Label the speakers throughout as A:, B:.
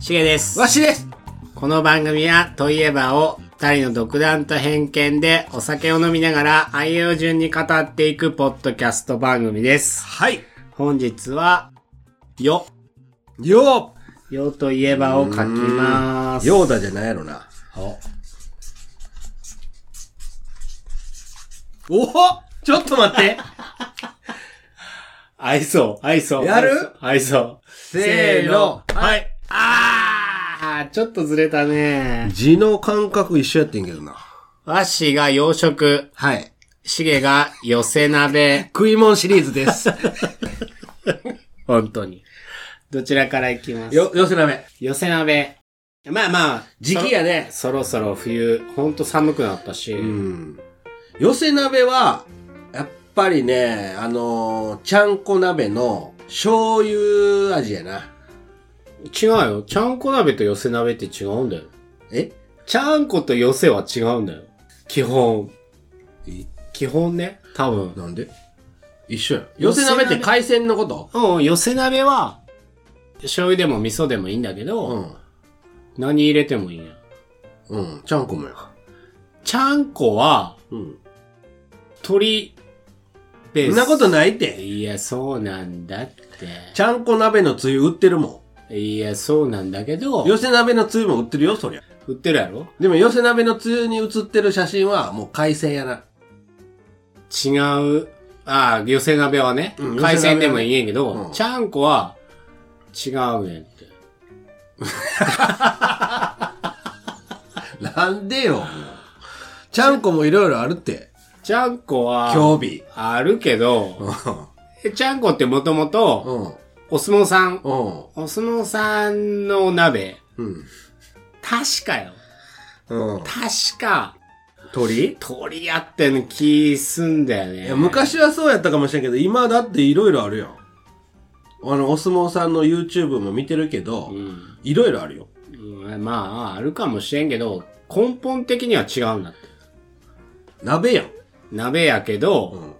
A: しげです。
B: わしです
A: この番組は、といえばを、二人の独断と偏見でお酒を飲みながら愛用順に語っていくポッドキャスト番組です。
B: はい
A: 本日は、よ。
B: よ
A: よといえばを書きま
B: う
A: す。
B: ヨーダじゃないやろな。
A: お
B: おほちょっと待って
A: 愛想、愛想。
B: やる
A: 愛想。
B: せーの
A: はい。あー、ちょっとずれたね。
B: 字の感覚一緒やってんけどな。
A: わしが洋食、
B: はい。
A: しげが寄せ鍋。
B: 食い物シリーズ です。
A: 本当に。どちらからいきます
B: よ、寄せ鍋。
A: 寄せ鍋。まあまあ、
B: 時期やね。
A: そろそろ冬、ほんと寒くなったし。
B: うん。寄せ鍋は、やっぱりね、あのーちゃんこ鍋の醤油味やな。
A: 違うよ。ちゃんこ鍋と寄せ鍋って違うんだよ。
B: え
A: ちゃんこと寄せは違うんだよ。基本。
B: え
A: 基本ね。多分。
B: なんで一緒やん。寄せ鍋って海鮮のこと
A: うん、寄せ鍋は、醤油でも味噌でもいいんだけど、
B: うん。
A: 何入れてもいいんや。
B: うん。ちゃんこもや。
A: ちゃんこは、
B: うん。
A: 鶏ベース。
B: そんなことないって。
A: いや、そうなんだっ
B: ちゃんこ鍋のつゆ売ってるも
A: て。いや、そうなんだけど
B: ん。、寄せ鍋のつゆも売ってるよ、そりゃ。
A: 売ってるやろ
B: でも寄せ鍋のつゆに写ってる写真はもう海鮮やな。
A: 違う。ああ、寄せ鍋はね、
B: うん
A: 海鮮でもいいんやけど、
B: うん
A: ちゃんこは、違うねんって。
B: なんでよ。もうちゃんこもいろいろあるって。
A: ちゃんこは、
B: 興味。
A: あるけど、えちゃんこってもとも
B: う
A: と、
B: ん。
A: お相撲さん、
B: うん。
A: お相撲さんのお鍋、
B: うん。
A: 確かよ。
B: うん。
A: 確か、
B: 鳥
A: 鳥やってん気すんだよ
B: い
A: ね。
B: や、昔はそうやったかもしれんけど、今だっていろいろあるやん。あの、お相撲さんの YouTube も見てるけど
A: う、ん。
B: いろいろあるよ。
A: うんまあ、あるかもしれんけど、根本的には違うんだって。
B: 鍋やん。
A: 鍋やけど、
B: うん。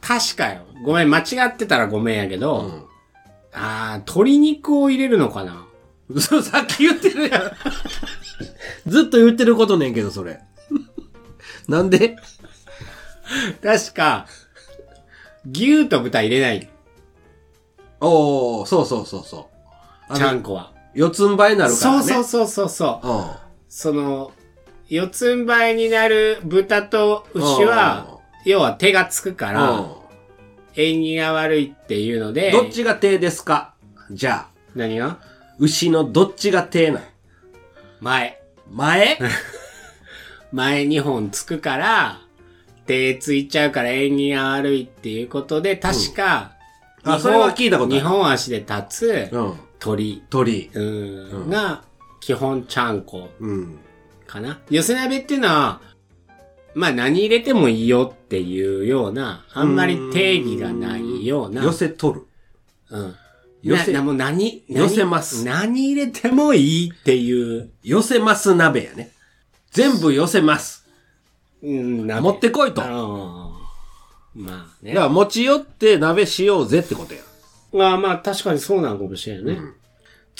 A: 確かよ。ごめん、間違ってたらごめんやけど、
B: うん
A: ああ、鶏肉を入れるのかな
B: 嘘、さっき言ってるやん。ずっと言ってることねんけど、それ。なんで
A: 確か、牛と豚入れない、
B: おー、そうそうそうそう。あ
A: ちゃ
B: の、
A: んこは。
B: 四つん這いになるから
A: そう
B: ね。
A: そう
B: う
A: そうそうそう。
B: そ
A: その、四つん這いになる豚と牛は、要は手がつくか
B: う
A: ら、
B: ん。
A: 縁起が悪いっていうので、
B: どっちが手ですかじゃあ、
A: 何が
B: 牛のどっちが手なん
A: 前。
B: 前
A: 前2本つくから、手ついちゃうから縁起が悪いっていうことで、確か、
B: うんあ
A: 二本
B: それは聞いたことある
A: 二本足で立つ
B: うん。
A: 鳥、
B: 鳥。
A: うん
B: うん
A: が、基本ちゃんこ
B: うん。
A: かな。寄せ鍋っていうのは、まあ何入れてもいいよっていうような、あんまり定義がないような。
B: 寄せ取る。
A: うん。
B: 寄せ
A: ななもう何、何
B: 寄せます
A: 何入れてもいいっていう、
B: 寄せます鍋やね。全部寄せます。
A: うん、鍋
B: 持ってこいと。
A: う
B: だか
A: んまあね。
B: ら持ち寄って鍋しようぜってことや。
A: まあまあ、確かにそうなのかもしれないね。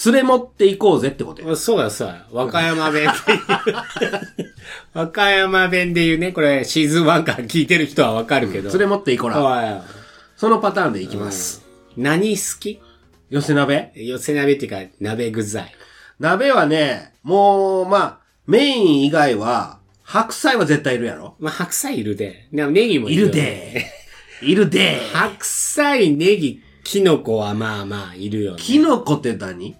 B: 連れ持っていこうぜってことや。
A: そうや、そうや。和歌山弁っていう。 和歌山弁で言うね、これ、シーズン1から聞いてる人はわかるけど。
B: 連れ持っていこら。
A: はい
B: そのパターンでいきます。
A: 何好き
B: 寄せ鍋
A: 寄せ鍋っていうか、鍋具材。
B: 鍋はね、もう、まあ、メイン以外は、白菜は絶対いるやろ
A: まあ、白菜いるで。でもネギもいるよ。
B: で。いるで。
A: 白菜、ネギ、キノコはまあまあ、いるよね。
B: キノコって何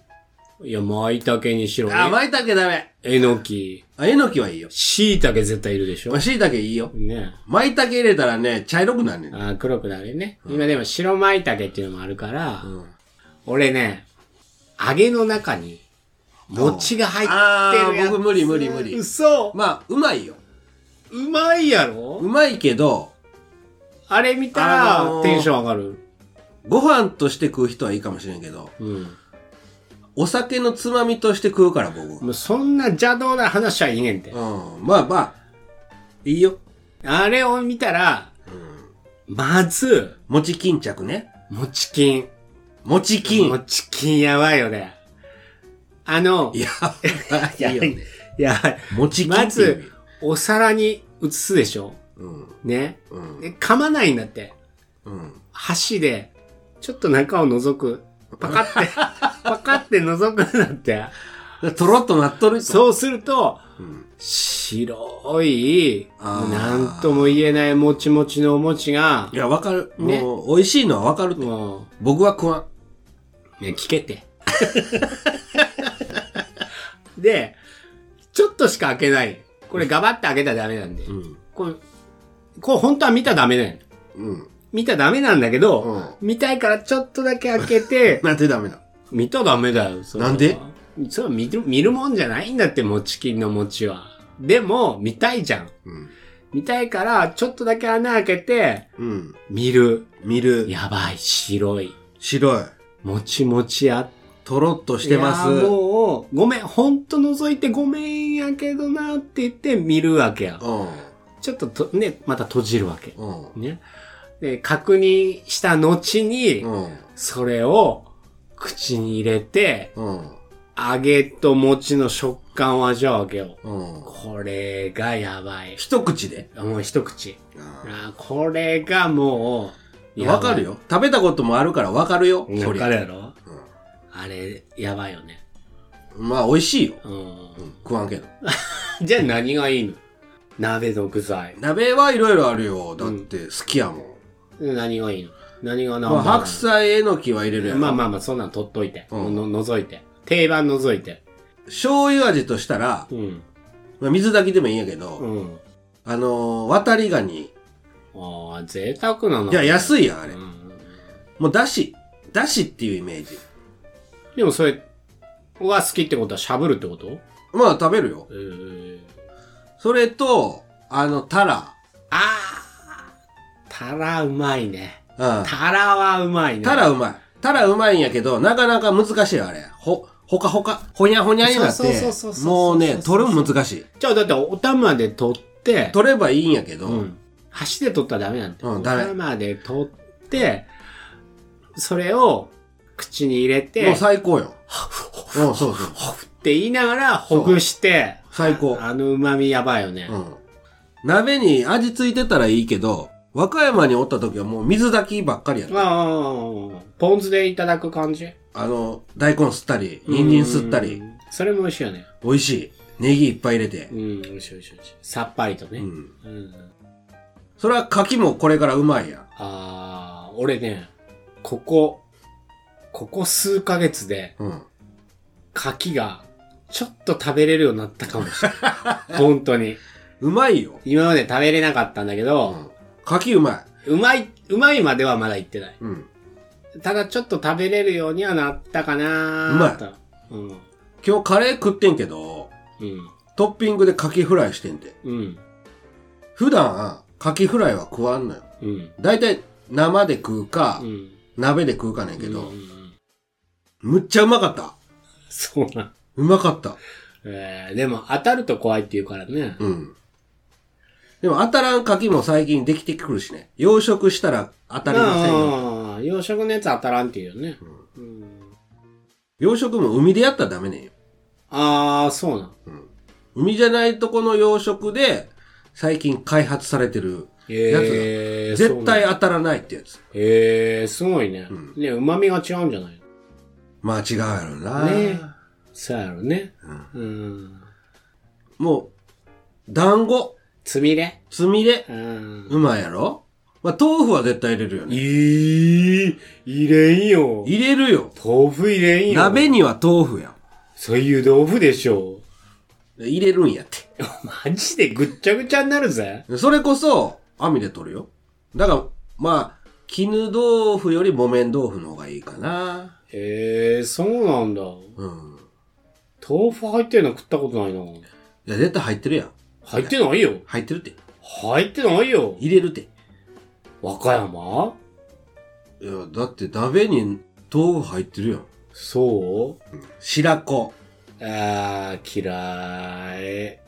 A: いや、舞茸にしろ、
B: あ、
A: ね。
B: 舞茸ダメ。
A: えのき。
B: あ、えのきはいいよ。
A: 椎茸絶対いるでしょ
B: まあ、。椎茸いいよ。
A: ね
B: 舞茸入れたらね、茶色くなんねん。
A: あー黒くなるよね。今でも白舞茸っていうのもあるから、
B: ん
A: 俺ね、揚げの中に、餅が入ってるや
B: あー僕無理無理無理
A: 嘘
B: まあ、うまいよ。
A: うまいや
B: う
A: ろ
B: まいけど、
A: あれ見たら、
B: あのー
A: テンション上がる。
B: ご飯として食う人はいいかもしれんけど、
A: うん。
B: お酒のつまみとして食うから、僕は。
A: もうそんな邪道な話はいいねんて。
B: うん。まあまあ、いいよ。
A: あれを見たら、まず、
B: 餅巾着ね。
A: もちきん。
B: 餅
A: も
B: 巾。
A: ちきんやばいよね。あの、
B: いや、い
A: や
B: いよね。
A: やばい。
B: 餅巾
A: ま
B: っていう意味
A: ず、お皿に移すでしょ
B: うん。
A: ね。
B: うん。
A: で噛まないんだって。
B: うん。
A: 箸で、ちょっと中を覗く。パ カって、パカって覗くんだって。
B: とろっとなっとると
A: そうすると、
B: うん。
A: 白い、
B: あー
A: なんとも言えないもちもちのお餅が
B: い、や、わかる。
A: ね
B: もう、美味しいのはわかると。
A: も
B: 僕は食わん。
A: う、ね、聞け て。で、ちょっとしか開けない。これガバって開けたらダメなんで。
B: うん。
A: これ、これ本当は見たらダメだよ。
B: うん。
A: 見たらダメなんだけど、見たいからちょっとだけ開けて、
B: なんてダメだ。
A: 見たらダメだよ。それは
B: なんで
A: それは見る、見るもんじゃないんだって、餅金の餅は。でも、見たいじゃん。
B: うん。
A: 見たいから、ちょっとだけ穴開けて、
B: うん。
A: 見る。
B: 見る。
A: やばい、白い。
B: 白い。
A: もちもちあっ
B: とろっとしてます。
A: いやもう、ごめん、ほんと覗いてごめんやけどなって言って見るわけや。
B: う
A: ちょっとと、ね、また閉じるわけ。
B: ん。うん。
A: ね。で、確認した後に、
B: うん。
A: それを口に入れて、
B: うん。
A: 揚げと餅の食感を味わうわけよ。
B: うん。
A: これがやばい。
B: 一口で。
A: もう一口。あーこれがもう、やばい
B: わかる。よ。食べたこともあるからわかるよ。そ
A: わ
B: り
A: か
B: ゃ
A: るやろあれ、やばいよね。
B: うんまあ、美味しいよ。
A: うん
B: うん。食わんけど。
A: じゃあ何がいいの鍋の具材。
B: 鍋はいろいろあるよ。だって、好きやもん。
A: 何がいいの何が何
B: まあ、白菜、えのきは入れるやん。
A: まあまあまあ、そんなん取っといて。
B: うん
A: の覗いて。定番覗いて。
B: 醤油味としたら、
A: うん。
B: まあ、水炊きでもいいんやけど、
A: うん。
B: あのー、渡りガニ。
A: ああ、贅沢なの。
B: いや、安いやん、あ
A: う
B: れ。
A: ん。
B: もう、だし。だしっていうイメージ。
A: でもそれ、は好きってことはしゃぶるってこと
B: まあ、食べるよ。
A: えー、
B: それと、あの、タラ。
A: あーたらうまいね。
B: うん。
A: たらはうまいね。
B: タラうまい。タラうまいんやけど、なかなか難しいよ、あれ。ほ、ほかほか、ほにゃほにゃになっ
A: そうそう
B: て
A: そうそうそう、そう
B: もうね、取るの難しい。
A: じゃあだってお玉で取って、
B: 取ればいいんやけど、
A: うん。箸で取ったらダメなんて。
B: うん
A: お
B: ダメ
A: 玉で取って、それを口に入れ
B: も
A: て、
B: う最高よ。
A: ほ
B: うん、そうそう。
A: ふって言いながらほぐして、
B: 最高。
A: あの旨味やばいよね
B: う。ん。鍋に味ついてたらいいけど、和歌山におった時はもう水炊きばっかりやった。
A: ああ、ポン酢でいただく感じ
B: あの、大根吸ったり、人参吸った。り
A: う、んそれも美味しいよね。
B: 美味しい。ネギいっぱい入れて
A: う。ん、美味しい美味しい美味しい。さっぱりとね。
B: う
A: うん。
B: ん。それは柿もこれからうまいやん。
A: ああ、俺ね、ここ、ここ数ヶ月で、
B: うん。
A: 柿が、ちょっと食べれるようになったかもしれ ない。本当に。
B: うまいよ。
A: 今まで食べれなかったんだけ
B: う
A: ど、
B: ん。柿うま
A: うまい、うまいまではまだ行ってない。
B: い。うん。
A: ただちょっと食べれるようにはなったかなーと。う
B: 今日カレー食ってんけど、
A: ん。うん。
B: トッピングでカキフライしてんで。
A: うん。
B: 普段、カキフライは食わんのよ。
A: うん。
B: だいたい生で食うか、
A: うん。
B: 鍋で食うかねんけ
A: う
B: ど
A: んう、ん
B: むっちゃうまかった。
A: そうなん。
B: うまかった。
A: えー、でも当たると怖いって言うからね。
B: うん。でも当たらんカキも最近できてくるしね。養殖したら当たりませんよ。
A: ああ、養殖のやつ当たらんって言うよね。うん。
B: 養殖も海でやったらダメねんよ。
A: ああ、そうなん。
B: 海じゃないとこの養殖で、最近開発されてる、
A: ええー、
B: 絶対
A: そうなん。
B: 当たらないってやつ。
A: ええー、すごいね。
B: うん
A: ね、旨味が違うんじゃない
B: まあ違うやろな。
A: ねそうやろね。
B: うん
A: うん。
B: もう、団子、
A: つみれ
B: つみれ、
A: うん。
B: うまいやろまあ、豆腐は絶対入れるよ
A: い
B: ね。
A: い、入れんよ。
B: 入れるよ。
A: 豆腐入れんよ。
B: 鍋には豆腐やん。
A: そういう豆腐でしょ。
B: 入れるんやって。
A: マジでぐっちゃぐちゃになるぜ。
B: それこそ、網で取るよ。だから、まあ、絹豆腐より木綿豆腐の方がいいかな。
A: へえー、そうなんだ。
B: うん。
A: 豆腐入ってるの食ったことないな。
B: いや、絶対入ってるやん。
A: 入ってないよ。
B: 入ってるって。
A: 入ってないよ。
B: 入れるって。
A: 和歌山
B: いや、だって鍋に豆腐入ってるやん。
A: そう
B: 白子。
A: あー、嫌い。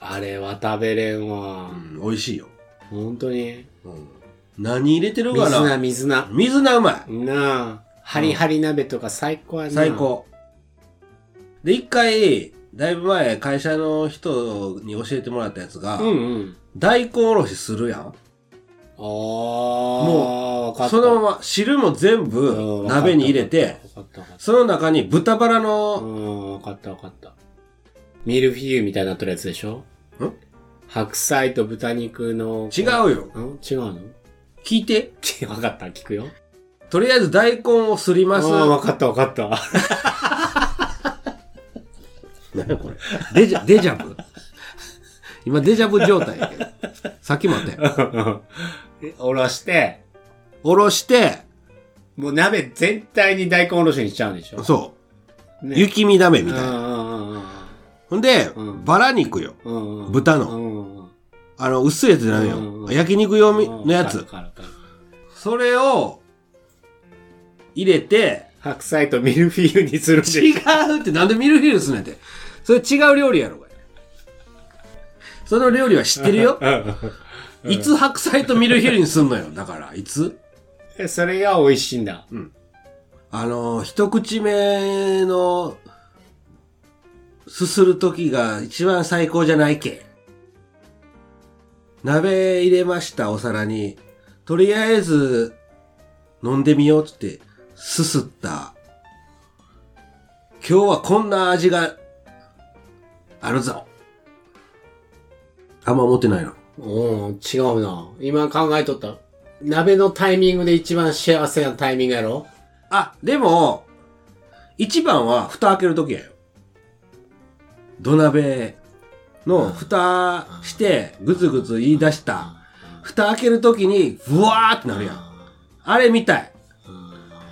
A: あれは食べれんわ
B: う。ん、美味しいよ。
A: 本当に。
B: うん。何入れてるか
A: 水
B: な
A: 菜、水菜。
B: 水菜うまい。
A: なあ。ハリハリ鍋とか最高やな。
B: 最。高。で、一回、だいぶ前、会社の人に教えてもらったやつが、
A: うんうん。
B: 大根おろしするやん。
A: ああ。もう、分かった。
B: そのまま汁も全
A: うん
B: 部鍋に入れて、。
A: 分かった分かった分かっ
B: その中に豚バラ
A: た。う
B: の、
A: ん、分かった分かった。ミルフィーユみたいになってるやつでしょ
B: ん
A: 白菜と豚肉の。
B: 違うよ。
A: うん違うの
B: 聞いて。
A: 分かった、聞くよ。
B: とりあえず大根をすります。
A: ああ、分かった分かった。
B: 何これ。デジャ、デジャブ今デジャブ状態やけど。さっきもあったよ。
A: でおろして、
B: おろして、
A: もう鍋全体に大根おろしにしちゃうんでしょ
B: そう。
A: ね
B: 雪見だめみたいな。
A: な。
B: ほんで、
A: うん
B: バラ肉よ。
A: うんうんうんうん。
B: 豚
A: う
B: の。
A: んうん
B: あの、薄いやつじゃない
A: うんう
B: よ。
A: ん
B: 焼肉用み
A: うん。
B: のや
A: わ
B: つ。
A: かるわかるわかる
B: それを、入れて、
A: 白菜とミルフィーユにするんで
B: 違うってなんでミルフィーユすねんて。それ違う料理やろ、これ。その料理は知ってる よ。いつ白菜とミルフィーユにすんのよ。だから、いつ
A: えそれが美味しいんだ。
B: あの、一口目の、すするときが一番最高じゃないけ。鍋入れました、お皿に。とりあえず、飲んでみようっつって、すすった。今日はこんな味が、あるぞ。あんま思ってないな。
A: うん、違うな。今考えとった。鍋のタイミングで一番幸せなタイミングやろ
B: あ、でも、一番は蓋開けるときやよ。土鍋の蓋して、ぐつぐつ言い出した。蓋開けるときに、ブワーってなるやん。あれみたい。
A: うん、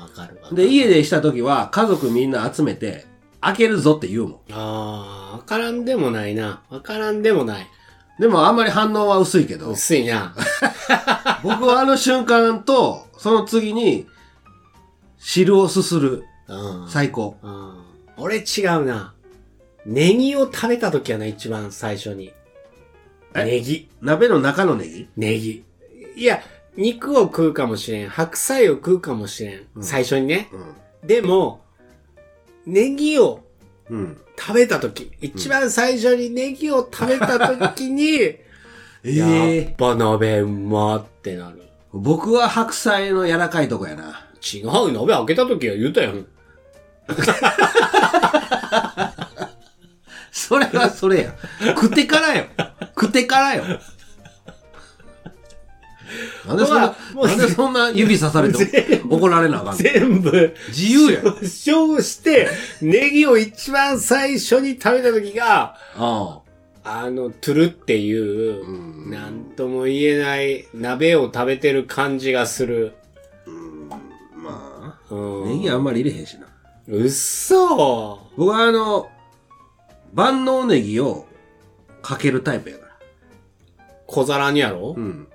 A: わかるわ。
B: で、家でしたときは、家族みんな集めて、開けるぞって言うもん。
A: ああ、わからんでもないな。わからんでもない。
B: でもあんまり反応は薄い けど、
A: 薄いな。
B: 僕はあの瞬間と、その次に、汁をすする。
A: うん。
B: 最高。
A: うん俺違うな。ネギを食べた時やな、一番最初に。
B: え
A: ネギ。
B: 鍋の中のネギ
A: ネギ。いや、肉を食うかもしれん。白菜を食うかもしれん。
B: うん
A: 最初にね。
B: うん。
A: でも、ネギを
B: うん。
A: 食べた時、一番最初にネギを食べた時に、
B: え
A: やっぱ鍋うまってなる。
B: 僕は白菜の柔らかいとこやな。
A: 違う、鍋開けた時は言うたやん。
B: それはそれや。食ってからよ。食ってからよ。なんでそんな、
A: もう
B: なんでそんな指さされて怒られなあかん の
A: 全部、
B: 自由や。
A: 称して、ネギを一番最初に食べた時が、
B: ああ。
A: あの、トゥルっていうう、
B: ん
A: なんとも言えない鍋を食べてる感じがする。
B: まあ、
A: う
B: ネ
A: ん。
B: ギあんまり入れへんしな。
A: うっそ
B: 僕はあの、万能ネギをかけるタイプやから。
A: 小皿にやろ
B: うん。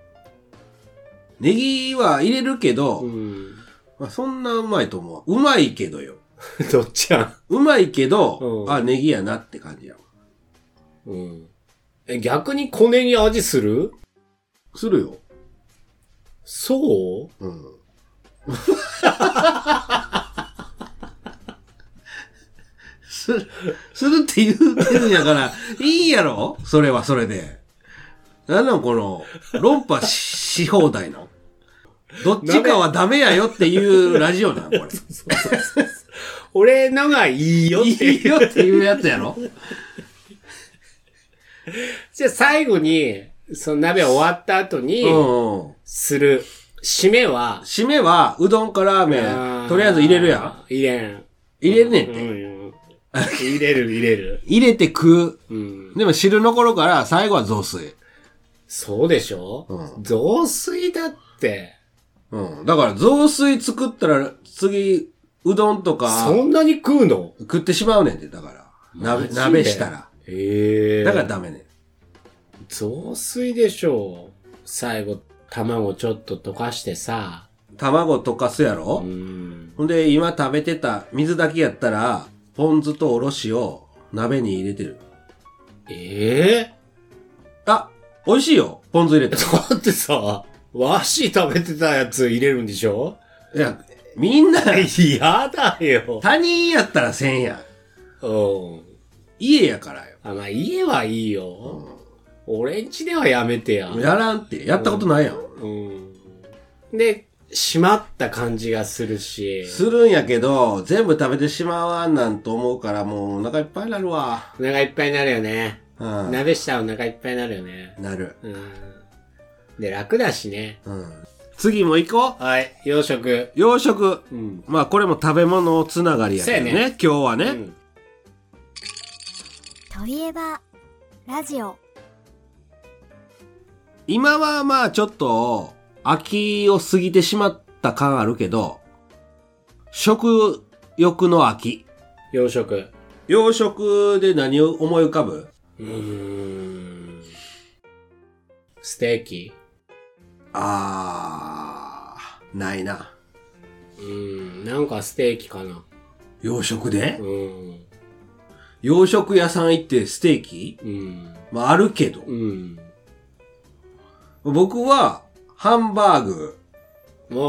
B: ネギは入れるけど、
A: うん。
B: まあ、そんなうまいと思う。うまいけどよ。
A: どっちや
B: うまいけど、
A: うん
B: あ、ネギやなって感じやわ
A: うん。え、逆に小ネギ味する
B: するよ。
A: そう
B: うん。 する、するって言うてるんやから、いいやろそれはそれで。なんなんこの、論破しし放題の。どっちかはダメやよっていうラジオ なん、これ。
A: 俺のがいいよって
B: いいよっていうやつやろ
A: じゃあ最後に、その鍋終わった後に
B: う、んうん。
A: する、締めは、
B: 締めは、うどんかラーメン、とりあえず入れるやん。。
A: 入れん。
B: 入れるねん
A: う
B: っ
A: ん
B: て。
A: うん。入れる入れる。
B: 入れて食う。
A: うん。
B: でも汁残るから、最後は雑炊。
A: そうでしょ
B: う
A: 雑炊だって。
B: うん。だから、雑炊作ったら、次、うどんとか、
A: そんなに食うの
B: 食ってしまうねんて、だから。
A: マ
B: 鍋、
A: ジで
B: 鍋したら。
A: ええ
B: だからダメねん。
A: 雑炊でしょ最後、卵ちょっと溶かしてさ、
B: 卵溶かすやろ、
A: うん。
B: ほんで、今食べてた水だけやったら、ポン酢とおろしを鍋に入れてる。
A: ええ
B: あ、美味しいよ。ポン酢入れたら。
A: だってさ、和紙食べてたやつ入れるんでしょ
B: いや、みんな、
A: 嫌だよ。
B: 他人やったらせんやん。
A: うん。
B: 家やからよ。
A: あ、まあ家はいいよ。俺んちではやめてや。
B: やらんって。やったことないやん。
A: うん。で、閉まった感じがするし、
B: するんやけど、全部食べてしまわんなんと思うから、もうお腹いっぱいになるわ。
A: お腹いっぱいになるよね。
B: うん。
A: 鍋したらお腹いっぱいになるよね。
B: なる。
A: うん。で、楽だしね。
B: うん。次も行こ
A: はい、洋食。
B: う。洋食。
A: うん。
B: まあこれも食べ物つながりやけどね。
A: そうや
B: 今日はね。
A: うん
C: といえば、ラジオ。
B: 今はまあちょっと秋を過ぎてしまった感あるけど、食欲の秋。
A: 洋食。
B: 洋食で何を思い浮かぶ
A: うーん。ステーキ
B: あー、ないな。
A: うん。なんかステーキかな。
B: 洋食で
A: うん。
B: 洋食屋さん行ってステーキ
A: うん。
B: まああるけど
A: う。ん。
B: 僕は、ハンバーグ、
A: ま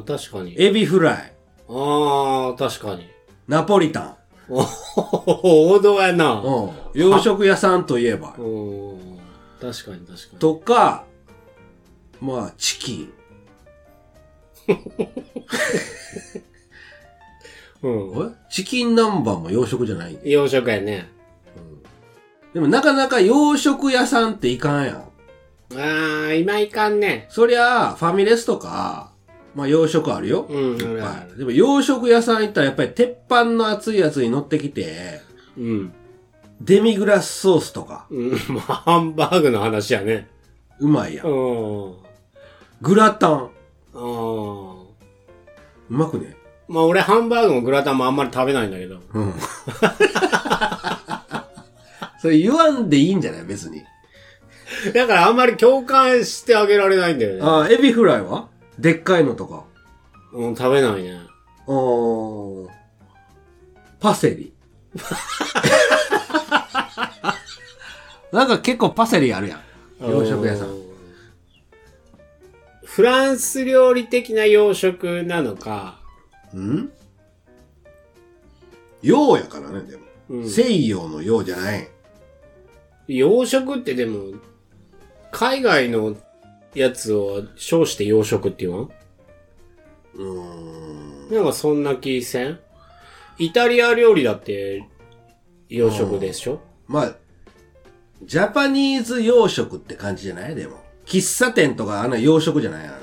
A: あ、確かに。
B: エビフライ、
A: ああ、確かに。
B: ナポリタン。
A: おお、王道やな。
B: うん。洋食屋さんといえば。
A: うん。確かに確かに。
B: とか、まあ、チキン。
A: うん。
B: えチキン南蛮も洋食じゃない
A: 洋食やね。
B: でもなかなか洋食屋さんっていかんやん。
A: ああ、今いかんね。
B: そりゃあ、ファミレスとか、まあ洋食あるよ。
A: うん
B: いっぱい
A: あるある
B: でも洋食屋さん行ったらやっぱり鉄板の熱いやつに乗ってきて、
A: うん。
B: デミグラスソースとか、
A: うん、 まあ、ハンバーグの話やね。
B: うまいや。
A: うんん。うん。
B: グラタン、うまくね。
A: まあ、俺ハンバーグもグラタンもあんまり食べないんだけど。
B: うん。 それ言わんでいいんじゃない別に。
A: だからあんまり共感してあげられないんだよね。
B: ああ、エビフライはでっかいのとか。
A: うん、食べないね。
B: あーパセリ。 なんか結構パセリあるやん。洋食屋さ。
A: うんん。フランス料理的な洋食なのか、
B: うん洋やからね、でも。
A: うん
B: 西洋の洋じゃない。
A: 洋食ってでも、海外のやつを称して洋食って言わん
B: うーん。
A: なんかそんな気せんイタリア料理だって洋食でしょ
B: まあ、ジャパニーズ洋食って感じじゃないでも。喫茶店とかあんな洋食じゃないやろな。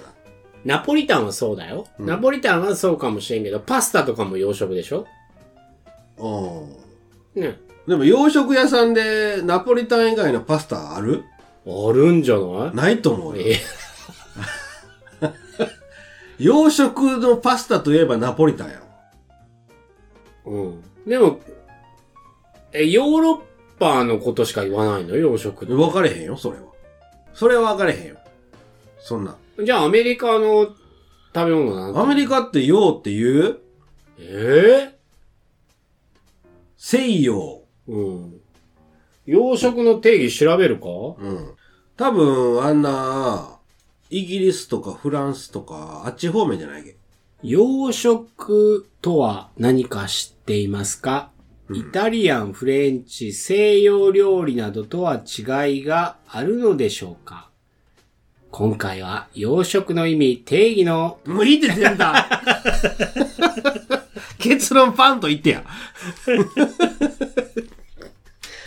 A: ナポリタンはそうだよ、ナポリタンはそうかもしれんけど、パスタとかも洋食でしょ
B: うん。
A: ね。
B: でも洋食屋さんでナポリタン以外のパスタある
A: あるんじゃない
B: ないと思うよ。
A: え
B: 洋食のパスタといえばナポリタンやろ。
A: うん。でも、え、ヨーロッパのことしか言わないの洋食っ
B: 分かれへんよ、それは。それは分かれへんよ。そんな。
A: て。じゃあアメリカの食べ物なんて
B: アメリカって洋って言う
A: え
B: 西洋。
A: えうん。洋食の定義調べるか
B: うん。多分、あんな、イギリスとかフランスとか、あっち方面じゃないっけ。
A: 洋食とは何か知っていますか、イタリアン、フレンチ、西洋料理などとは違いがあるのでしょうか今回は洋食の意味、定義の、
B: もういいって全然。結論パンと言ってや。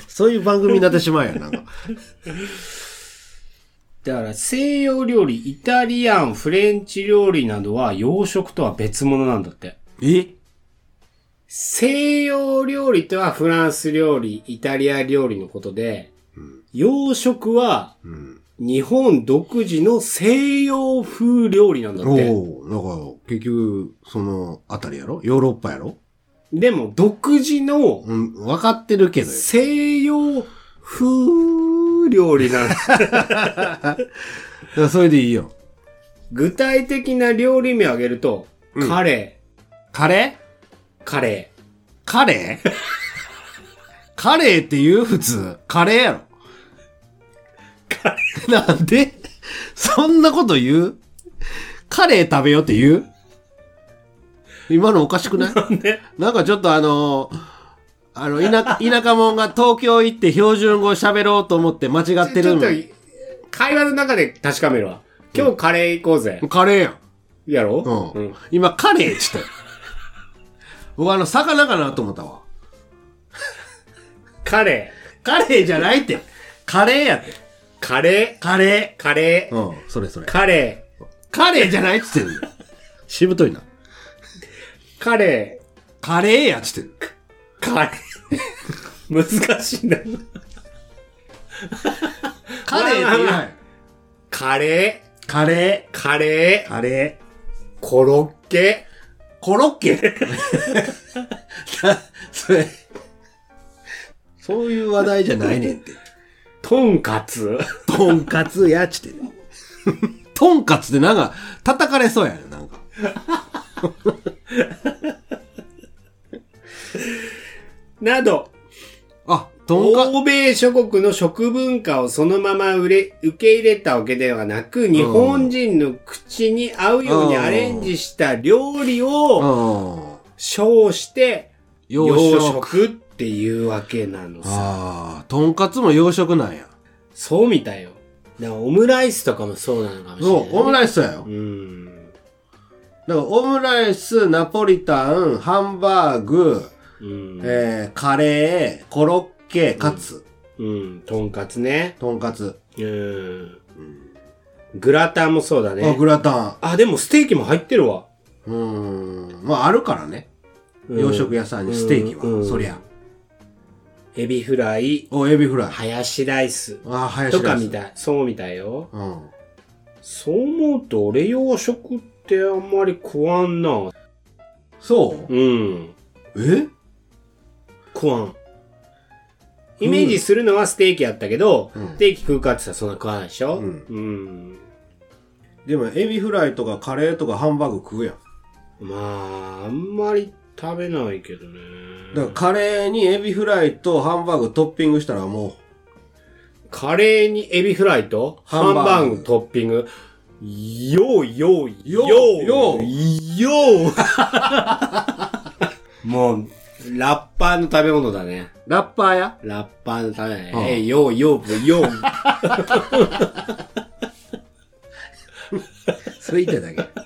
B: そういう番組になってしまうやん、なんか。
A: だから西洋料理、イタリアン、フレンチ料理などは洋食とは別物なんだって。
B: え
A: 西洋料理とはフランス料理、イタリア料理のことで、洋食は
B: うん。
A: 日本独自の西洋風料理なんだって。
B: おおなんか、結局、その、あたりやろヨーロッパやろ
A: でも独自の
B: うん、分かってるけどよ
A: 西洋 風料理なんだ。
B: だからそれでいいよ。
A: 具体的な料理名を挙げると、
B: うん
A: カレ
B: カレ
A: ー、
B: ー
A: カレー。
B: カレー カレーって言う普通。カレーやろ。なんでそんなこと言うカレー食べようって言う今のおかしくないなんかちょっとあのーあの、田田舎者が東京行って標準語喋ろうと思って間違ってる
A: ちょ
B: の。
A: っと、会話の中で確かめるわ。今日カレー行こうぜ。
B: カレーやん。
A: やろ
B: うん。今、カレーっちったよ。 僕あの、魚かなと思ったわ。
A: カレー、
B: カレーじゃないって。カレーやって。
A: カレ
B: カレ
A: ー、カレ
B: ー。
A: ー、
B: うん、それそれ。
A: カレ
B: カレーじゃないっつってんのよ。しぶといな。
A: ー、カレ
B: カレーやっつってんの。
A: ー、カレー。 難しいんだな。
B: カレーって言わない。
A: カレー、
B: カレ
A: カレー、
B: ー。カレ
A: コロッケ、
B: ー。コロッケなそれ、そういう話題じゃないねんって。
A: トンカツ。
B: とんかつやっちってんの。とんかつってなんか、叩かれそうやねん、なんか。
A: など、
B: あ、とんか、
A: 欧米諸国の食文化をそのまま売れ受け入れたわけではなく、日本人の口に合うようにアレンジした料理を
B: うん。
A: 称して、
B: 洋
A: 洋
B: 食。
A: 食っていうわけなのさ。
B: ああ、とんかつも洋食なんや。
A: そうみたいよ。だからオムライスとかもそうなのかもしれ
B: そ
A: な
B: う、オム
A: い。
B: ライスやよ
A: う。ん。
B: だからオムライス、ナポリタン、ハンバーグ、
A: うん。
B: えー、カレー、コロッケ、カツ、
A: うん。とんかつね。
B: とんかつ、
A: うん。グラタンもそうだ
B: あ
A: ね
B: グ。ラタ
A: あ、でもステーキも入ってるわ。
B: ン。うーん。まあ、あるからね。
A: うん
B: 洋食屋さんにステーキは、
A: うん
B: そりゃ。
A: エビフライ、
B: お、エビフライ。
A: ハヤシライス。
B: ああ、林
A: と
B: ラ
A: か
B: イス
A: みたい。そうみたいよ。
B: うん。
A: そう思うと俺洋食ってあんまり食わんな。
B: そう
A: うん。
B: え
A: 食わん。イメージするのはステーキやったけど、
B: うん
A: ステーキ食うかって言ったらそんな食わないでしょ
B: う
A: うんん。
B: でも、エビフライとかカレーとかハンバーグ食うやん。
A: まあ、あんまり食べないけどね。
B: だから、カレーにエビフライとハンバーグトッピングしたらも
A: カレーにエビフライと
B: ハ
A: ハ
B: ン
A: ン
B: バーグ
A: バーグトッピング。よーよーよ
B: よー
A: ー
B: よ
A: よーよー もう、ラッパーの食べ物だね。
B: う、ラッパーや
A: ラッパーの食べ物だ
B: うん
A: ね。えー、よーよー よー。
B: それ言ってただけ。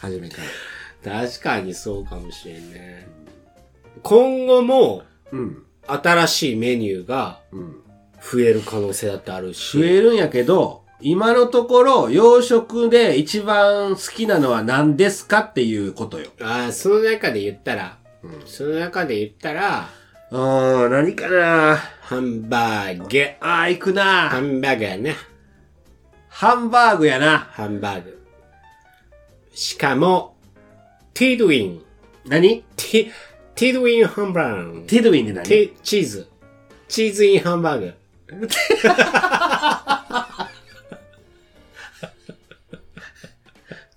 B: 初めから。
A: 確かにそうかもしれんね。今後も
B: うん。
A: 新しいメニューが
B: うん。
A: 増える可能性だってあるし。
B: 増えるんやけど、今のところ洋食で一番好きなのは何ですかっていうことよ。
A: ああ、その中で言ったら、
B: うん
A: その中で言ったら、
B: あー、何かな
A: ハンバーグ。
B: あー、行く
A: ハ
B: な
A: ンバーグやね。
B: ハンバーグやな。
A: ハンバーグ。しかも、ティドウィン。
B: 何
A: ティ、ティドウィンハンバーグ。
B: ティドゥインで何
A: ティ、チーズ。チーズインハンバーグ。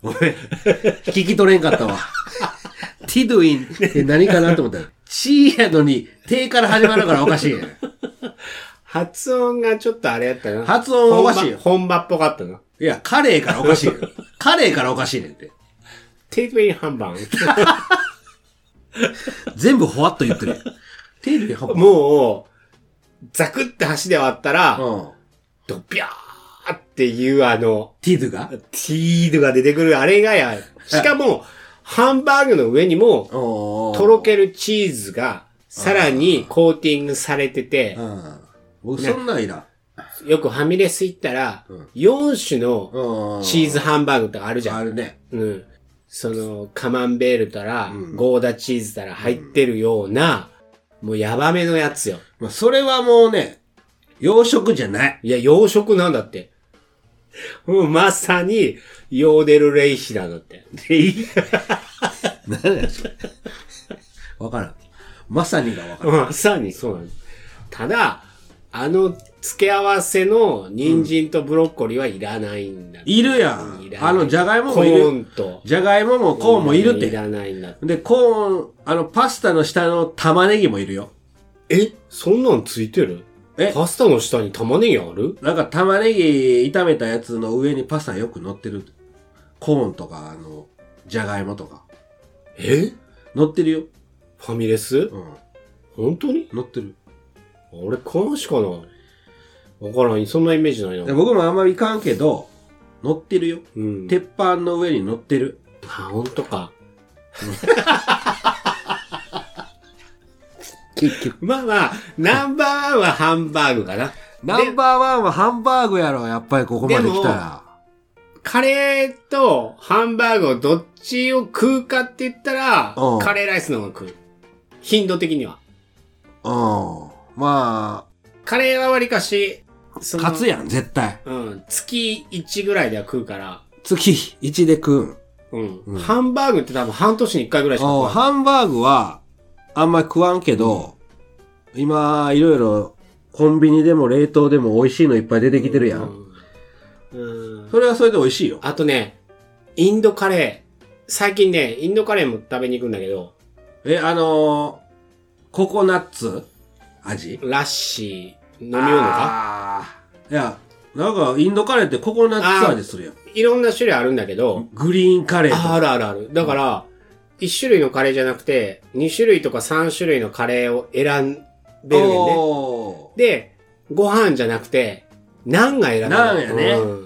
B: ごめん。聞き取れんかった わ。ティドゥインって何かなと思ったら。チーやのに、テーから始まるからおかしい。
A: 発音がちょっとあれやったな。
B: 発音はおかしいよ
A: 本場本場っぽかったな。
B: いや、カレーからおかしい。カレーからおかしいねんって。
A: ティドウィンハンバー
B: 全部ほわっと言ってる。ティドゥインハンバ
A: グ。
B: ーグ
A: もう、ザクって箸で割ったら、
B: うん。
A: ドビャーっていうあの、
B: ティドゥが
A: ティードが出てくるあれがや。しか も、ハンバーグの上にも、と
B: と
A: ろけるチーズが、さらにコーティングされてて
B: う、ん。僕そんなんいらん。
A: よくファミレス行ったら
B: うん、
A: 4種の
B: うん
A: チーズハンバーグってあるじゃ
B: あ
A: ん。
B: るね。
A: うん。その、カマンベールたら
B: うん、
A: ゴーダチーズたら入ってるような、もうヤバめのやつよ。
B: まあ、それはもうね、洋食じ ゃない。
A: いや、洋食なんだって。もうまさに、ヨーデルレイヒなんだって。
B: 何やそれ。わからん。まさにがわからん。
A: まさにそうなんです。ただ、あの付け合わせの人参とブロッコリーはいらないんだって。
B: いるやん
A: い。らない
B: あの、じゃがいも
A: コ
B: もい
A: ー
B: る。
A: ンと。
B: じゃがいももコーンもいるっ
A: い
B: て。
A: らないんだって。
B: で、コーン、あの、パスタの下の玉ねぎもいるよ。
A: えそんなんついてる
B: え
A: パスタの下に玉ねぎある
B: なんか玉ねぎ炒めたやつの上にパスタよく乗ってる。コーンとか、あの、じゃがいもとか。
A: え
B: 乗ってるよ。
A: ファミレス
B: うん。
A: 本当に
B: 乗ってる。
A: 俺、コーンしかない。わからん。そんなイメージない
B: で
A: な。
B: 僕もあんまりいかんけど、乗ってるよ。
A: うん。
B: 鉄板の上に乗ってる。
A: あ、ほんとか。
B: 結局。
A: まあまあ、ナンバーワンはハンバーグかな。
B: ナンバーワンはハンバーグやろ、やっぱりここまで来たら。
A: カレーとハンバーグをどっちを食うかって言ったら
B: うん、
A: カレーライスの方が食う。頻度的には。
B: うん。ま
A: カレーはわりかし、そ
B: あ、
A: の
B: 勝つやん、絶対。
A: うん、月1ぐらいでは食うから、
B: 月1で食うん。
A: うん。
B: うん
A: ハンバーグって多分半年に1回ぐらいしか食
B: お
A: わない。
B: ハンバーグは、あんま食わんけど、今、いろいろ、コンビニでも冷凍でも美味しいのいっぱい出てきてるやん。
A: うん。うん
B: それはそれで美味しいよ。
A: あとね、インドカレー。最近ね、インドカレーも食べに行くんだけど、
B: え、あのー、ココナッツ味飲
A: ラッシー、飲み
B: み
A: 物か
B: いや、なんか、インドカレーってココナッツ味するやん。
A: いろんな種類あるんだけど、
B: グリーンカレーと
A: あ
B: か。
A: あるあるある。だから、一種類のカレーじゃなくて、二種類とか三種類のカレーを選べるんね。
B: おー
A: で、ご飯じゃなくて、ナンが選べる。
B: ナンやね
A: うん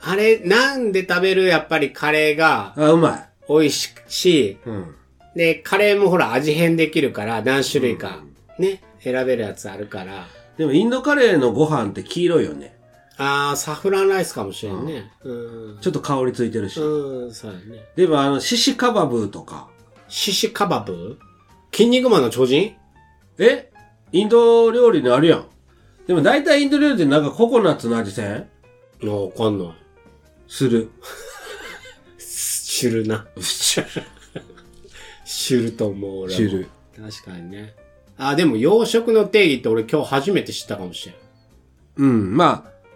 A: あれ、ナンで食べるやっぱりカレーが
B: あ、うまい。
A: 美味しいし、
B: うん。
A: で、カレーもほら味変できるから、何種類か、ね、選べるやつあるから。
B: でも、インドカレーのご飯って黄色いよね。
A: あー、サフランライスかもしれんね。うん。
B: ちょっと香りついてるし。
A: うん、そうやね。
B: でも、あの、シシカバブとか。
A: シシカバブ筋肉マンの超人
B: えインド料理にあるやん。でも、大体インド料理ってなんかココナッツの味せん
A: あーわかんない。
B: する。
A: シュルな。シュルと思う、俺も。
B: 知る。
A: 確かにね。あ、でも洋食の定義って俺今日初めて知ったかもしれん。
B: うん、まあ、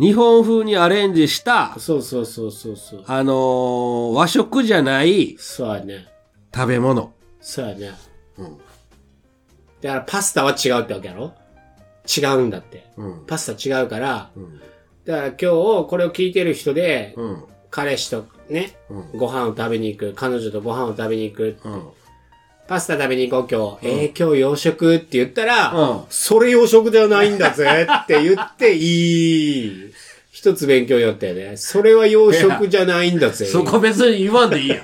B: 日本風にアレンジした、
A: そうそうそうそうそう。
B: あのー和食じゃない
A: そうやね。
B: 食べ物。
A: そうやね。
B: うん。
A: だからパスタは違うってわけやろ違うんだって。
B: うん。
A: パスタ違うから、
B: うん。
A: だから今日これを聞いてる人で、
B: うん。
A: 彼氏とね、
B: うん。
A: ご飯を食べに行く、彼女とご飯を食べに行く、
B: うん。
A: パスタ食べに行こう今日、えー、今日洋食って言ったら、
B: うん
A: それ洋食ではないんだぜって言 っていい。一つ勉強になったよね。それは洋食じゃないんだぜ。
B: そこ別に言わんでいいやん。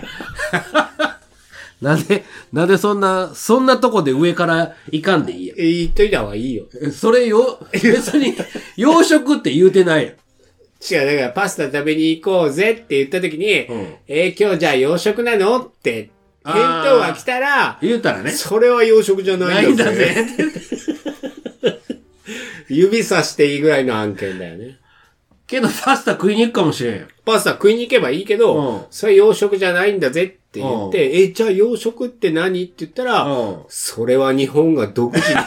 B: なんで、なんでそんな、そんなとこで上から行かんでいいやん
A: えー言っといた方がいいよ。
B: え。それよ、別に、洋食って言うてないや
A: 違
B: ん。
A: う、だからパスタ食べに行こうぜって言った時に、
B: うん
A: えー、今日じゃあ洋食なのって、返答が来たら、
B: 言うたらね。
A: それは洋食じゃな
B: ないい
A: ん
B: ん
A: だ
B: だ
A: ぜ。
B: ぜ。
A: 指さしていいぐらいの案件だよね。
B: けどパスタ食いに行くかもしれんよ。
A: パスタ食いに行けばいいけど、
B: うん
A: それ洋食じゃないんだぜって言って、え、じゃあ洋食って何って言ったら、
B: うん
A: それは日本が独自に。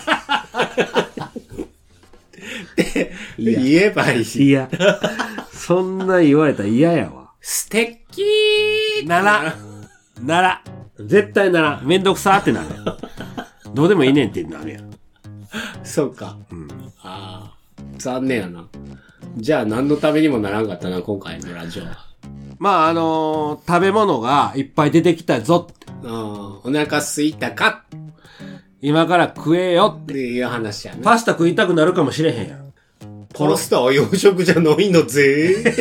A: って言えばいい。
B: いや、そんな言われたら嫌やわ。
A: 素敵
B: なら、なら、絶対なら、めんどくさーってなる。どうでもいいねんってなるやん。
A: そうか。
B: ん
A: ああ。残念やな。じゃあ何のためにもならんかったな、今回のラジオは。
B: まあ、あのー食べ物がいっぱい出てきたぞって。
A: あーお腹すいたか
B: 今から食えよっ
A: って
B: て。
A: いう話やな。
B: パスタ食いたくなるかもしれへんやん。
A: このスターは洋食じゃないの ぜ。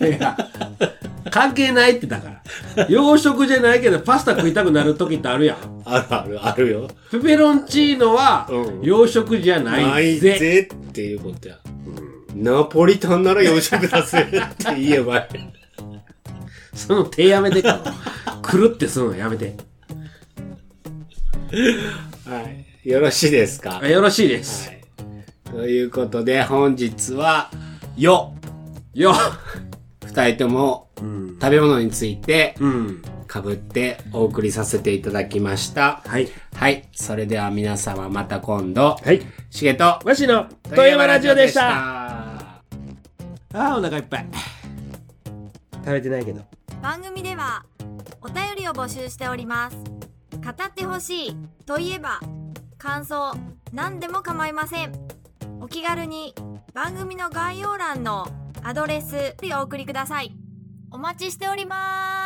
B: いや関係ないってだから。洋食じゃないけど、パスタ食いたくなる時ってあるやん。
A: あるあるあるよ。
B: ペペロンチーノは
A: うん、
B: 洋食じゃな
A: ないい
B: ぜ。
A: ぜっていうことや。ナポリタンなら洋食だぜって言えばいい。
B: その手やめてから。くるってするのやめて。
A: はい。よろしいですか、
B: あよろしいです。
A: ということで本日は、よ
B: よ、
A: 二人とも
B: うん。
A: 食べ物について
B: うん。
A: かぶってお送りさせていただきました。
B: はい。
A: はい。それでは皆様また今度、
B: はい。
A: しげと、
B: わしの富山ラジオでした。
A: た。
B: あーお腹いっぱい。食べてないけど。
C: 番組ではお便りを募集しております語ってほしいといえば感想何でも構いませんお気軽に番組の概要欄のアドレスよりお送りくださいお待ちしております